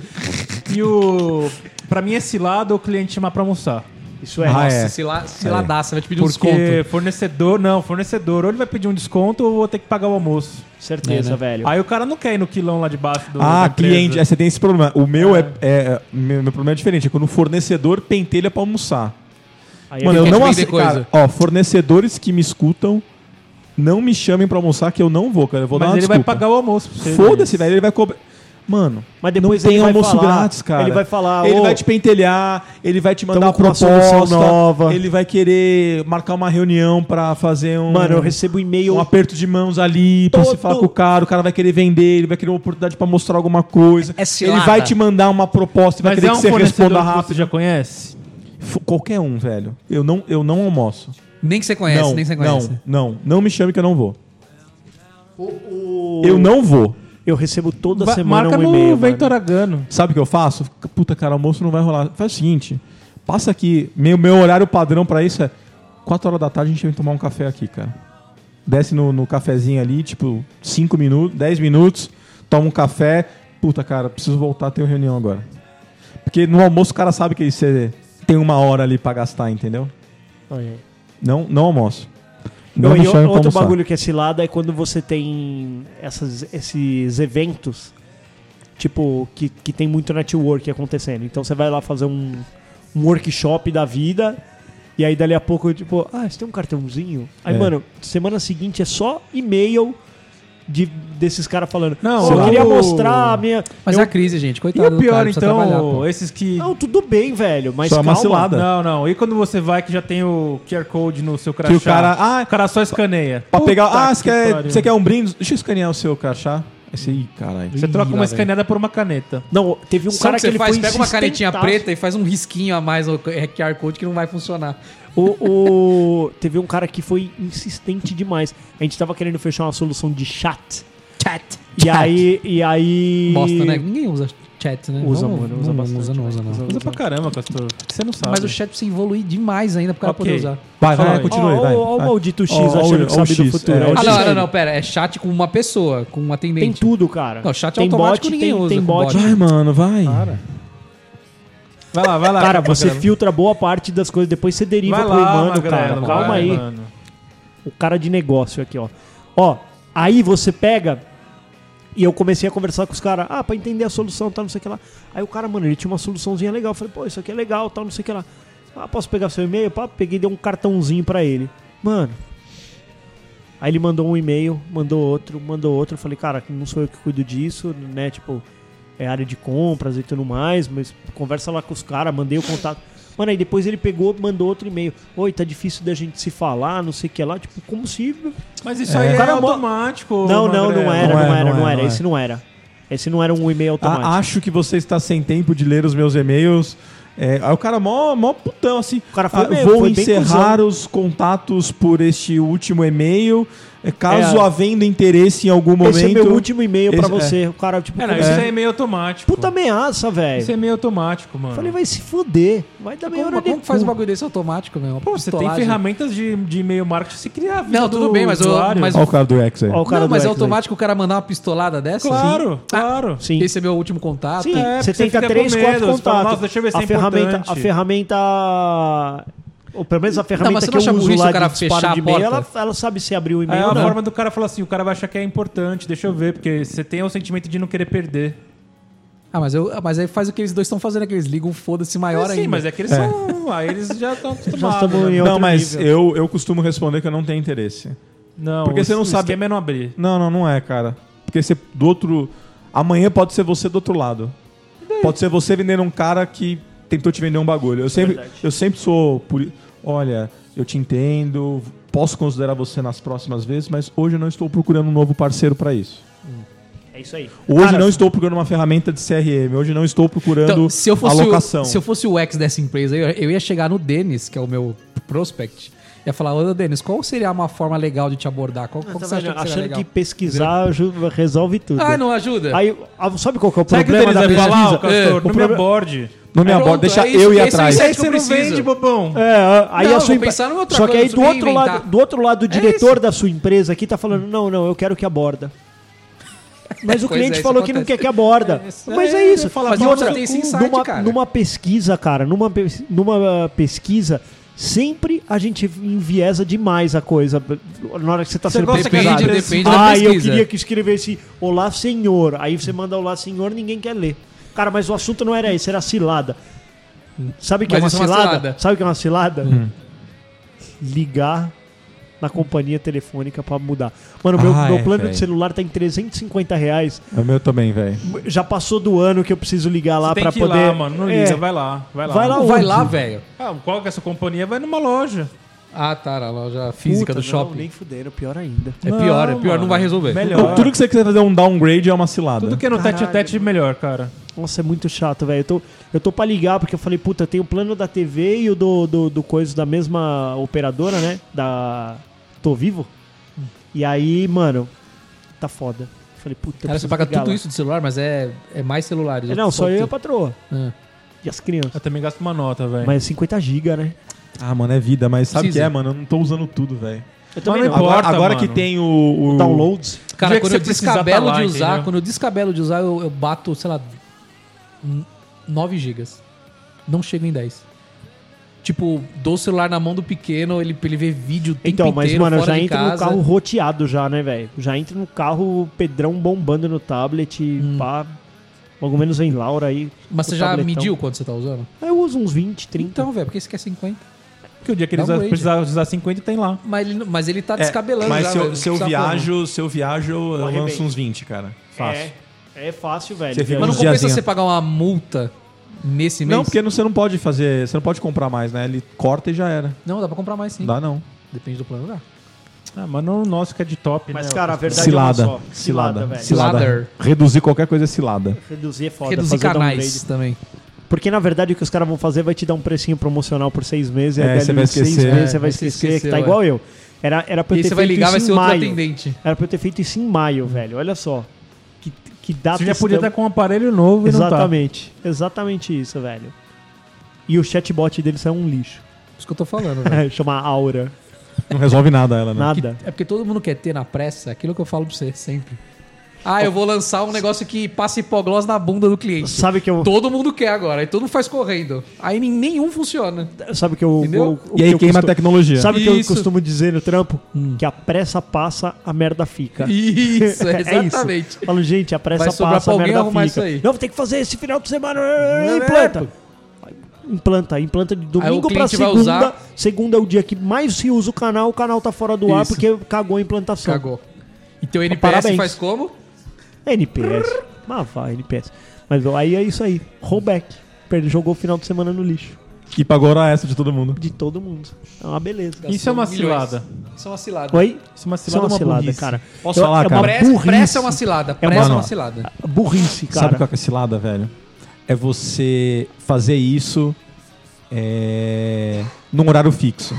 E o... Pra mim, esse lado, o cliente chamar pra almoçar. Isso é. Ah, é. Se lá, se ladaça, vai te pedir um Porque desconto. fornecedor, não, fornecedor, ou ele vai pedir um desconto ou eu vou ter que pagar o almoço. Certeza, É, né? velho. Aí o cara não quer ir no quilão lá debaixo do. Ah, da empresa. cliente. É, você tem esse problema. O meu é. é- meu, meu problema é diferente. É quando o fornecedor pentelha pra almoçar. Aí Mano, eu quer te não vender aceito. Cara, coisa. ó, fornecedores que me escutam, não me chamem pra almoçar, que eu não vou, cara. Eu vou Mas dar uma ele vai desculpa. pagar o almoço. pra você, Foda-se, né? velho. Ele vai cobrar. Mano, Mas depois não tem ele vai almoço falar- grátis, cara. ele vai falar, Ele "Ô, vai te pentelhar, ele vai te mandar uma tamo com uma proposta solução nova." Ele vai querer marcar uma reunião pra fazer um. Mano, eu recebo e-mail. um aperto de mãos ali pra se Todo- falar com o cara, o cara vai querer vender, ele vai querer uma oportunidade pra mostrar alguma coisa. É cilada. ele vai te mandar uma proposta, ele vai Mas querer é um que você fornecedor responda que você rápido. já conhece? F- Qualquer um, velho. Eu não, eu não almoço. Nem que você conhece, não, nem que você conhece. não, não, não me chame que eu não vou. O- o- Eu não vou. Eu recebo toda Va- semana marca um no e-mail. mano. Vento Aragano. Sabe o que eu faço? Puta, cara, almoço não vai rolar. Faz o seguinte, passa aqui, meu, meu horário padrão pra isso é 4 horas da tarde a gente vem tomar um café aqui, cara. Desce no, no cafezinho ali, tipo, 5 minutos, 10 minutos, toma um café. Puta, cara, preciso voltar, tenho reunião agora. Porque no almoço o cara sabe que você tem uma hora ali pra gastar, entendeu? Olha aí. Não, não almoço. Não Não, me e chame pra outro almoçar. bagulho que é cilada é quando você tem essas, esses eventos, tipo, que, que tem muito network acontecendo. Então você vai lá fazer um, um workshop da vida, e aí dali a pouco, tipo, ah, você tem um cartãozinho? Aí, É. mano, semana seguinte é só e-mail de, desses caras falando. Não, "Pô, eu o- queria mostrar a minha. Mas eu- é a crise, gente. E Coitado o do cara, pior, precisa trabalhar, pô. então, esses que. É Não, tudo bem, velho, mas Só é uma calma. cilada. Não, não. E quando você vai que já tem o QR Code no seu crachá? o cara- ah, o cara só escaneia. Pra pegar. Puta Ah, você que quer, pariu. você quer um brinde? Deixa eu escanear o seu crachá. Esse aí, caralho. Você troca uma escaneada por uma caneta. Não, teve um Sabe cara o que, que você ele faz? foi Pega uma canetinha insistentaço. preta e faz um risquinho a mais no QR Code que não vai funcionar. O, o- teve um cara que foi insistente demais. A gente tava querendo fechar uma solução de chat. Chat. E aí. E aí. Bosta, né? Ninguém usa chat, né? Usa, Não- mano, usa não bastante, Usa, não mano. usa, não. Usa Usa pra caramba, Castor. Você não sabe. Mas o chat precisa evoluir demais ainda pro cara Ok. poder usar. Vai, vai, Fala aí. continue. Ó, vai. ó, ó o Vai. maldito X Ó, ó, achando que ó, o sabe do X, futuro. é. Ó o Ah, X não, aí. não, não, pera. É chat com uma pessoa, com um Tem atendente. tudo, cara. Não, chat tem automático bot, ninguém tem, usa Tem com bot. bot. Vai, mano, vai. Vai lá, vai lá. Cara, você Magrelo. filtra boa parte das coisas, depois você deriva Vai pro lá, humano, cara. Magrelo, Calma vai, aí. mano. o cara de negócio aqui, ó. Ó, aí você pega. E eu comecei a conversar com os caras, ah, pra entender a solução, tal, não sei o que lá. Aí o cara, mano, ele tinha uma soluçãozinha legal. Eu falei, pô, isso aqui é legal, tal, não sei o que lá. Ah, posso pegar seu e-mail? Pá, peguei e dei um cartãozinho pra ele. Mano. Aí ele mandou um e-mail, mandou outro, mandou outro. Eu falei, cara, não sou eu que cuido disso, né? Tipo, é área de compras e tudo mais, mas conversa lá com os caras, mandei o contato. Mano, aí depois ele pegou, mandou outro e-mail. Oi, tá difícil da gente se falar, não sei o que lá. Tipo, como se. Mas isso aí é, Cara, mo- automático. Não, não, Magrelo. não era, não era, não era. não Esse é. não era. Esse não era um e-mail automático. Ah, acho que você está sem tempo de ler os meus e-mails. É, aí o cara mó, mó putão, assim. O cara foi "Ah, mesmo, Vou foi bem encerrar os contatos por este último e-mail. É, Caso É. havendo interesse em algum momento. Esse é meu último e-mail pra Esse- você. O cara, tipo, É, não, como isso se- é meio automático. puta ameaça, Isso velho. é meio automático, mano. Falei, vai se fuder. Vai dar meia Como, hora de como que faz um cu. bagulho desse automático, meu? Uma Pô, você tem pistolagem. ferramentas de, de e-mail marketing, você cria a vida Não, tudo do bem, mas eu- usuário. mas- Olha o cara do X aí. Ó, o cara Não, do mas é Wesley. automático o cara mandar uma pistolada dessa? Claro, claro. Sim. Esse é meu último contato. Sim, É, você porque tenta fica com três, medo, quatro você fala, contatos. "Nossa, deixa eu ver se a é ferramenta, importante." A ferramenta... Ou pelo menos a ferramenta você não que acha eu uso burrice lá o cara de disparo fechar de a e-mail, ela, porta? ela sabe se abrir o Aí e-mail é ou uma não. forma do cara falar assim, o cara vai achar que é importante, deixa eu ver, porque você tem o sentimento de não querer perder. Ah, mas, eu, mas aí faz o que eles dois estão fazendo, é que eles ligam um foda-se maior É, sim, ainda. mas é que eles são... Aí eles já estão Nós acostumados. estamos né? em Não, outro mas nível. eu, eu costumo responder que eu não tenho interesse. Não, Porque o- você não o sabe- esquema é não abrir. Não, não, não é, cara. Porque você do outro. Amanhã pode ser você do outro lado. Pode ser você vendendo um cara que tentou te vender um bagulho. Eu sempre, verdade. eu sempre sou. poli- Olha, eu te entendo, posso considerar você nas próximas vezes, mas hoje eu não estou procurando um novo parceiro para isso. É isso aí. Hoje Cara, não estou procurando uma ferramenta de CRM, hoje não estou procurando Então, se eu fosse, alocação. o, se eu fosse o ex dessa empresa, eu, eu ia chegar no Denis, que é o meu prospect, ia falar, ô Denis, qual seria uma forma legal de te abordar? Qual, qual tá que você acha vendo? que seria achando legal? que pesquisar ajuda- resolve tudo. Ah, não ajuda? Aí, ah, sabe qual que é o Sabe o que o problema Denis da vai falar, pesquisa? ô, Castor? É, no problema- meu board. Não me É, aborda, pronto, deixa é isso, eu ir é isso aí, atrás. isso Aí que eu você não preciso. vende, bobão. É, aí Não, a sua vou empre- pensar numa outra Só que coisa, aí do deixa eu outro, inventar. lado, do outro lado, o É diretor isso. da sua empresa aqui tá falando: não, não, eu quero que aborda. Mas o Pois é, cliente isso falou que não acontece. quer que aborda. Mas é isso. fala, E mas outra, você tem esse insight, numa, cara. numa pesquisa, cara, numa, pes- numa ah, pesquisa, sempre a gente enviesa demais a coisa. Na hora que você tá Você sendo gosta que a pesquisado. gente depende da Ah, eu pesquisa." queria que escrevesse Olá Senhor. Aí você manda Olá Senhor, ninguém quer ler. Cara, mas o assunto não era esse, era cilada. Sabe o que é uma Mas isso é uma cilada? cilada. Hum. Sabe o que é uma cilada? Ligar na companhia telefônica pra mudar. Mano, meu, Ah, meu é, plano velho. de celular tá em 350 reais. É o meu também, velho. Já passou do ano que eu preciso ligar lá Você tem pra que ir poder. lá, mano. Não liga, É. vai lá. Vai lá. Vai lá Não, vai onde? lá, velho. Ah, qual que é a sua companhia? Vai numa loja. Ah, tá, na loja física Puta, do não, shopping. nem fuderam, pior ainda. É pior, é Não, pior, mano. não vai resolver. Melhor. Tudo que você quiser fazer um downgrade é uma cilada. Tudo que é no tete a tete, melhor, cara. Nossa, é muito chato, velho. Eu tô, eu tô pra ligar porque eu falei, puta, tem o plano da TV e o do, do, do coisa da mesma operadora, né? Da. Tô vivo. E aí, mano, tá foda. Eu Falei, puta, eu Cara, você preciso paga ligar tudo lá. isso de celular, mas é, é mais celulares. É, não, só eu e a tenho- patroa. Ah. E as crianças. Eu também gasto uma nota, velho. Mas é 50 giga, né? Ah, mano, é vida, mas sabe o que Precisa. é, mano? Eu não tô usando tudo, velho. Eu também não. Agora, Importa, agora que mano. tem o, o- Downloads. dia Cara, que quando você eu precisar, descabelo tá lá, de usar, entendeu? quando eu descabelo de usar, eu, eu bato, sei lá, n- 9 gigas. Não chego em 10. Tipo, dou o celular na mão do pequeno, ele, pra ele vê vídeo o tempo Então, mas, inteiro mano, eu fora já de entro no casa. carro roteado já, né, velho? Já entro no carro, o Pedrão bombando no tablet, pá. Logo menos vem Laura aí. Mas o você já tabletão. mediu quanto você tá usando? Ah, Eu uso uns 20, 30. Então, velho, porque isso quer 50. Porque o dia que eles Downgrade. precisar usar 50, tem lá. Mas ele, mas ele tá É, descabelando mas já, se eu, velho, se eu não precisa um pôr, viajo, se eu viajo, eu Corre lanço bem. uns 20, cara. Fácil. É, é fácil, velho. Você fica Mas não. uns Mas não não- compensa diazinha. você pagar uma multa nesse mês? Não, porque não- você não pode fazer, você não pode comprar mais, né? Ele corta e já era. Não, dá pra comprar mais sim. Dá não. Depende do plano, dá. Ah, mas não o nosso que é de top, Mas, né? cara, a verdade Cilada. é uma só. Cilada. velho. Cilada. Ladder. Reduzir qualquer coisa é cilada. Reduzir é foda. Reduzir fazer canais downgrade. também. Porque, na verdade, o que os caras vão fazer vai te dar um precinho promocional por seis meses. É, aí você dali vai uns seis esquecer. meses, É, você vai aí você esquecer que esqueceu, tá é. igual eu. Era, era pra eu E aí ter você vai feito ligar, vai isso ser em outro maio. atendente. Era pra eu ter feito isso em maio, velho. Olha só. Que, é que data Você já podia estamos- estar com um aparelho novo e não tá. Exatamente. Exatamente isso, velho. E o chatbot deles é um lixo. Isso que eu tô falando, velho. Chama Aura. Não resolve nada ela, né? Nada. É porque todo mundo quer ter na pressa aquilo que eu falo pra você sempre. Ah, eu vou lançar um negócio que passa hipoglós na bunda do cliente. Sabe que eu. Todo mundo quer agora, e todo mundo faz correndo. Aí nem- nenhum funciona. Sabe que eu. Entendeu? o- o E que aí eu queima a costumo- tecnologia. Sabe o que eu Isso. costumo dizer no trampo? Que a pressa passa, a merda fica. Isso, É isso. exatamente. Falo, gente, a pressa Vai sobrar passa, a pra alguém merda arrumar fica. isso aí. Não, vou ter que fazer esse final de semana. é, Implanta. pô. Implanta, implanta de Aí o domingo pra cliente vai segunda. usar. Segunda é o dia que mais se usa o canal, o canal tá fora do ar Isso. porque cagou a implantação. Cagou. E teu NPS Parabéns. faz como? NPS. Mas vai, NPS. Mas ó, aí é isso aí. Rollback. Perde, jogou o final de semana no lixo. E pagou hora extra de todo mundo. De todo mundo. É uma beleza. Isso é uma Milhões. cilada. Isso é uma cilada. Oi? Isso é uma Isso é cilada, uma cilada, burrice. cara. Posso É- falar, é uma cara? Pressa, burrice. pressa é uma cilada. Pressa é uma, mano, cilada. Burrice, cara. Sabe qual que é a cilada, velho? É você fazer isso é, num horário fixo.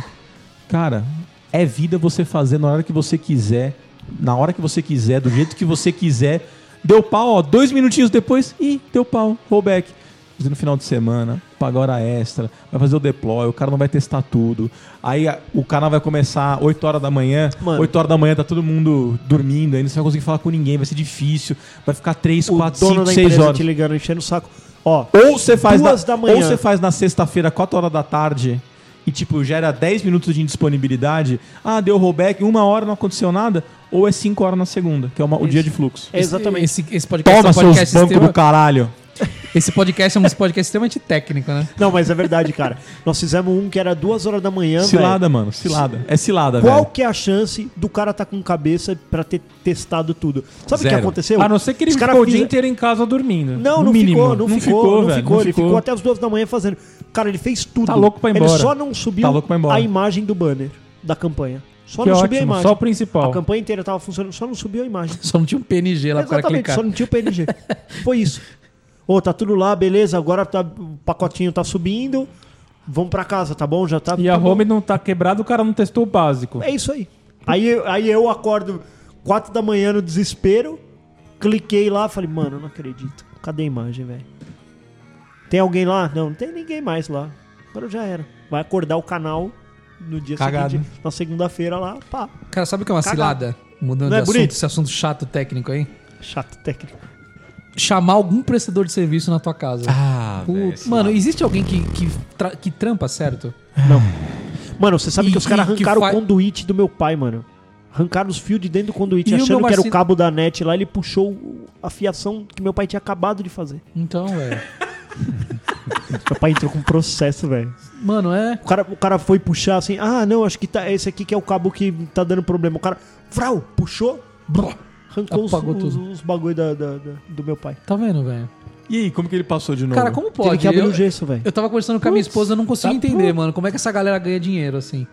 Cara, é vida você fazer na hora que você quiser, na hora que você quiser, do jeito que você quiser. Deu pau, ó, dois minutinhos depois, ih, deu pau, rollback. Fazer no final de semana, pagar hora extra, vai fazer o deploy, o cara não vai testar tudo. Aí a- o canal vai começar 8 horas da manhã, Mano. 8 horas da manhã tá todo mundo dormindo, aí não você vai conseguir falar com ninguém, vai ser difícil, vai ficar 3, o 4, dono 5, da 6 empresa horas. te ligando, enchendo o saco. Ó, Ou você faz Duas na, da manhã. Ou você faz na sexta-feira, 4 horas da tarde, e tipo, gera 10 minutos de indisponibilidade. Ah, deu rollback, uma hora não aconteceu nada, ou é 5 horas na segunda, que é uma- o dia de fluxo. é exatamente. Esse, esse podcast Toma, é um podcast seus bancos do extrema- caralho. Esse podcast é um podcast extremamente técnico, né? Não, mas é verdade, cara. Nós fizemos um que era duas horas da manhã, velho. né? Cilada, mano. Cilada. É cilada, Qual velho. que é a chance do cara tá com cabeça pra ter testado tudo? Sabe o que Zero. aconteceu? A não ser que ele Os cara ficou o dia fizeram- inteiro em casa dormindo. Não, No não mínimo. ficou, não, ficou, não velho, ficou. Ele ficou. até as duas da manhã fazendo. Cara, ele fez tudo. Tá louco pra ir Ele embora. só não subiu Tá louco pra ir embora. a imagem do banner da campanha. Só Que não subiu a ótimo, imagem. só o A principal. campanha inteira tava funcionando, só não subiu a imagem. Só não tinha um PNG lá pro cara Exatamente, clicar. só não tinha o PNG. Foi isso. Ô, tá tudo lá, beleza, agora tá, o pacotinho tá subindo. Vamos pra casa, tá bom? Já tá. E tá a bom. home não tá quebrada, o cara não testou o básico. É isso aí. Aí, eu- aí eu acordo 4 da manhã no desespero, cliquei lá, falei, mano, eu não acredito. Cadê a imagem, velho? Tem alguém lá? Não, não tem ninguém mais lá. Agora já era. Vai acordar o canal no dia Cagado. seguinte, né? na segunda-feira lá, pá. Cara, sabe o que é uma Cagado. cilada? Mudando Não é de assunto, bonito? esse assunto chato técnico aí. Chato técnico. Chamar algum prestador de serviço na tua casa. Ah, velho, Putz, esse mano, lá. existe alguém que, que, tra- que trampa, certo? Mano, você sabe E- que os caras e que arrancaram fa- o conduíte do meu pai, mano. Arrancaram os fios de dentro do conduíte, E o achando meu que era o marci- cabo da net lá, ele puxou o- a fiação que meu pai tinha acabado de fazer. Então, velho. Meu pai entrou com um processo, velho. Mano, é. O cara, o cara foi puxar assim, ah, não, acho que tá, esse aqui que é o cabo que tá dando problema. O cara, frau, puxou, brrr, arrancou os, Apagou os, tudo. os bagulho da, da- da- do meu pai. Tá vendo, velho? E aí, como que ele passou de novo? Cara, como pode? Teve que abrir Eu- o gesso, velho. Eu tava conversando com a minha esposa, tá eu não consigo entender, mano, como é que essa galera ganha dinheiro assim.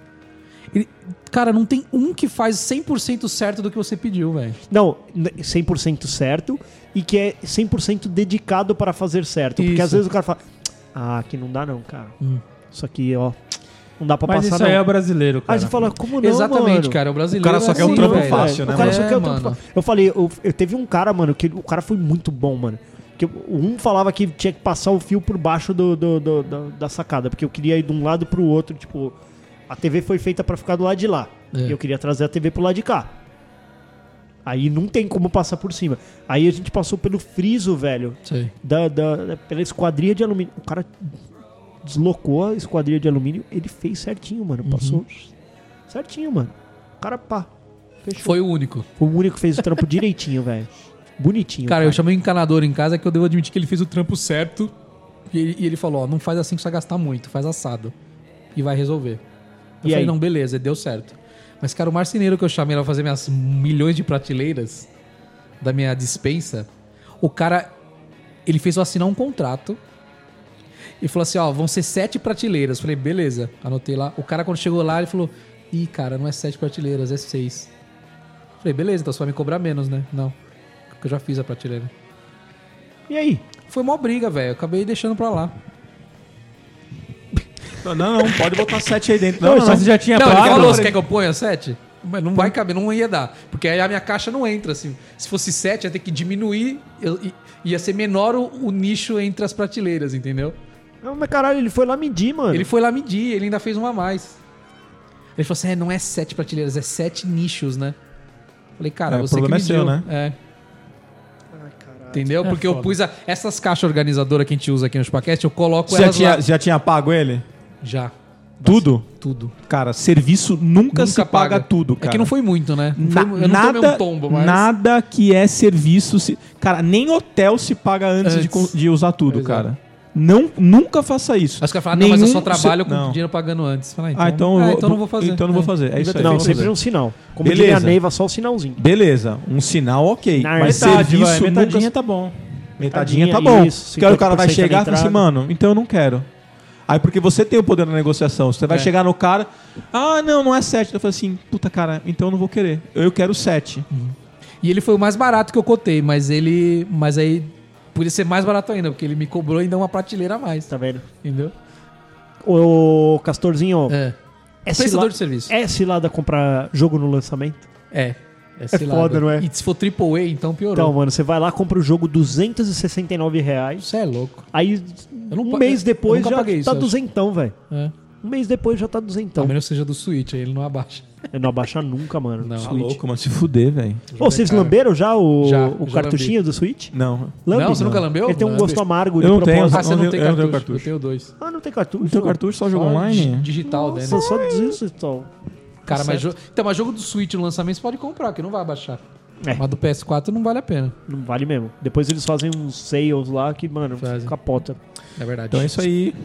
Ele- cara, não tem um que faz 100% certo do que você pediu, velho. Não, n- 100% certo e que é 100% dedicado para fazer certo. Porque Isso. às vezes o cara fala, ah, aqui não dá não, cara. Isso aqui, ó, não dá pra Hum. Mas passar isso não. aí é o brasileiro, cara. Aí você fala, como não, Exatamente, mano? cara, o brasileiro. O cara só é quer um assim, trampo velho. fácil, né, O cara É, só quer o trampo mano. fácil. Eu falei, eu, eu teve um cara, mano, que o cara foi muito bom, mano. Que um falava que tinha que passar o fio por baixo do, do- do- do- da sacada, porque eu queria ir de um lado pro outro, tipo, a TV foi feita pra ficar do lado de lá. É. E eu queria trazer a TV pro lado de cá. Aí não tem como passar por cima. Aí a gente passou pelo friso, velho, Sei. da, da- pela esquadria de alumínio. O cara deslocou a esquadria de alumínio, ele fez certinho, Uhum. mano. Passou certinho, mano. O cara, pá, fechou. Foi o único. O único que fez o trampo direitinho, velho. Bonitinho. Cara, eu chamei um encanador em casa que eu devo admitir que ele fez o trampo certo. E ele, e ele falou: ó, não faz assim que você vai gastar muito, faz assado. E vai resolver. E Eu falei: aí? não, beleza, deu certo. Mas, cara, o marceneiro que eu chamei pra fazer minhas milhões de prateleiras da minha dispensa, o cara, ele fez eu assinar um contrato. E falou assim: ó, vão ser sete prateleiras. Falei: beleza, anotei lá. O cara, quando chegou lá, ele falou: ih, cara, não é sete prateleiras, é seis. Falei: beleza, então você vai me cobrar menos, né? Não, porque eu já fiz a prateleira. E aí? Foi mó briga, velho. eu Acabei deixando pra lá. Não, não, não, pode botar sete aí dentro. Não, Não, não, mas você já tinha não, ele pago. falou, você quer que eu ponha sete? Mas não Hum. vai caber, não ia dar. Porque aí a minha caixa não entra, assim. Se fosse sete, ia ter que diminuir. eu- i- ia ser menor o, o nicho entre as prateleiras, entendeu? Não, mas caralho, ele foi lá medir, Hum. mano. Ele foi lá medir, ele ainda fez uma a mais. Ele falou assim, é, não é sete prateleiras, é sete nichos, né? Falei, cara, É, o você que problema é mediu. seu, né? É É. Entendeu? Porque eu pus a- essas caixas organizadoras que a gente usa aqui no Spaquete, eu coloco Você já elas tinha, lá. já tinha pago ele? Já, Tudo? tudo. Cara, serviço nunca, se paga, tudo, cara. É que não foi muito, né? Não Na- foi mu- eu não tomei nada, um tombo, mas... nada que é serviço. se- cara, nem hotel se paga antes, De, Antes. con- de usar tudo, Exato. cara. Não, nunca faça isso. Aí os caras falaram, não, mas eu só Nenhum se- trabalho com não. dinheiro pagando antes. Fala, Ah, então, ah, eu então não vou fazer. Então não vou fazer. É, Devia isso ter aí. feito Não, sempre fazer. um sinal. Como Beleza. diria a Neiva, só o sinalzinho. Beleza, um sinal ok. Na mas Metade, serviço vai, metadinha nunca... tá bom. Metadinha Metadinha, tá bom. isso, Porque aí o cara vai 50% da chegar e falar assim, entrada. mano, então eu não quero. Aí porque você tem o poder na negociação. Você vai É. chegar no cara, ah, não, não é 7. Eu falo assim, puta cara, então eu não vou querer. Eu quero 7. E ele foi o mais barato que eu cotei, mas ele... Mas aí podia ser mais barato ainda, porque ele me cobrou ainda uma prateleira a mais, Tá vendo? entendeu? Ô, Castorzinho, É. é, Prestador cilada, de serviço. é cilada comprar jogo no lançamento? É. É, cilada. foda, não é? E se for AAA, então piorou. Então, mano, você vai lá, compra o jogo 269 reais, Isso é louco. aí Eu não um pa- mês eu- eu depois nunca já paguei isso, tá eu acho. duzentão, velho. É. Um mês depois já tá A Então. duzentão. menos que seja do Switch, aí ele não abaixa. Eu não abaixar nunca, mano. Não. Switch. Tá louco, mano, se fuder, velho. Ô, vocês Cara. lamberam já o, Já, o já cartuchinho do Switch? Não. Lambe? Não, você nunca lambeu? Ele tem um Lambe. gosto amargo Eu não tenho, propósito. Ah, você não não tenho- tem eu não cartucho. tenho Eu cartucho. tenho dois. Ah, não tem cartucho. O teu cartucho só joga Só di- online? Digital, né? Nossa, só então. digital. Cara, mas, certo. jo- então, mas jogo do Switch no lançamento você pode comprar, que não vai abaixar. É. Mas do PS4 não vale a pena. Não vale mesmo. Depois eles fazem uns sales lá que, mano, Fazem. capota. É verdade. Então é isso aí.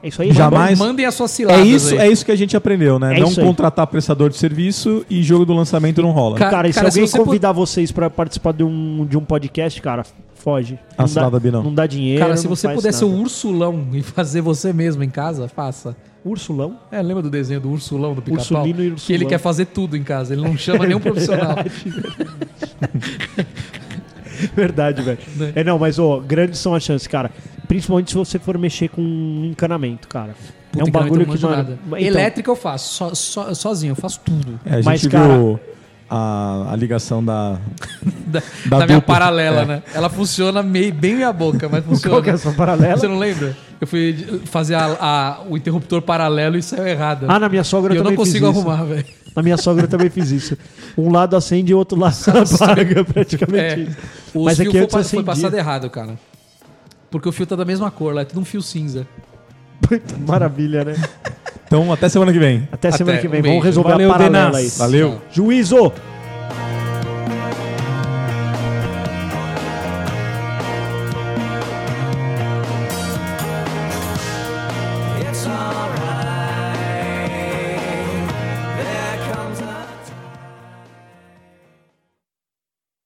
É isso aí, Já Ramon? vai- Mas- Mandem as suas ciladas É isso, aí. é isso que a gente aprendeu, né? É não isso aí. contratar prestador de serviço e jogo do lançamento não rola. Ca- Cara, é e se cara, se alguém você convidar vocês pra participar de um, de um podcast, cara, foge. Não Assinado, dá, Binão. não dá dinheiro. Cara, se não você faz puder ser o nada. Ursulão e fazer você mesmo em casa, faça. Ursulão? É, lembra do desenho do Ursulão do Pica-Pau? Ursulino e Que ele Ursulão. É quer fazer tudo em casa, ele não chama nenhum profissional. Verdade, velho. Né? É, não, mas, ó, grandes são as chances, cara. Principalmente se você for mexer com um encanamento, cara. é Puta, um cara, bagulho eu não que, manjo mano... nada. Então, Elétrica eu faço, so- so- sozinho, eu faço tudo. É, a gente Mas, viu cara- a, a ligação da. Da, Da da minha dupla. paralela, né? Ela funciona meio, bem minha boca, mas É. funciona. Qual que é essa paralela? né? Você não lembra? Eu fui de- fazer a- a- o interruptor paralelo e saiu errado. Ah, na minha sogra E eu também não fiz consigo isso. arrumar, velho. A minha sogra também fez isso. Um lado acende e o outro lado apaga, praticamente. É, isso. o Mas fio aqui foi, antes pa- foi acendia. passado errado, cara. Porque o fio tá da mesma cor, lá é tudo um fio cinza. Puta, maravilha, né? Então, até semana que vem. Até semana Até, que vem. um Vamos beijo. resolver Valeu, a paralela Denas. aí. Valeu. Juízo!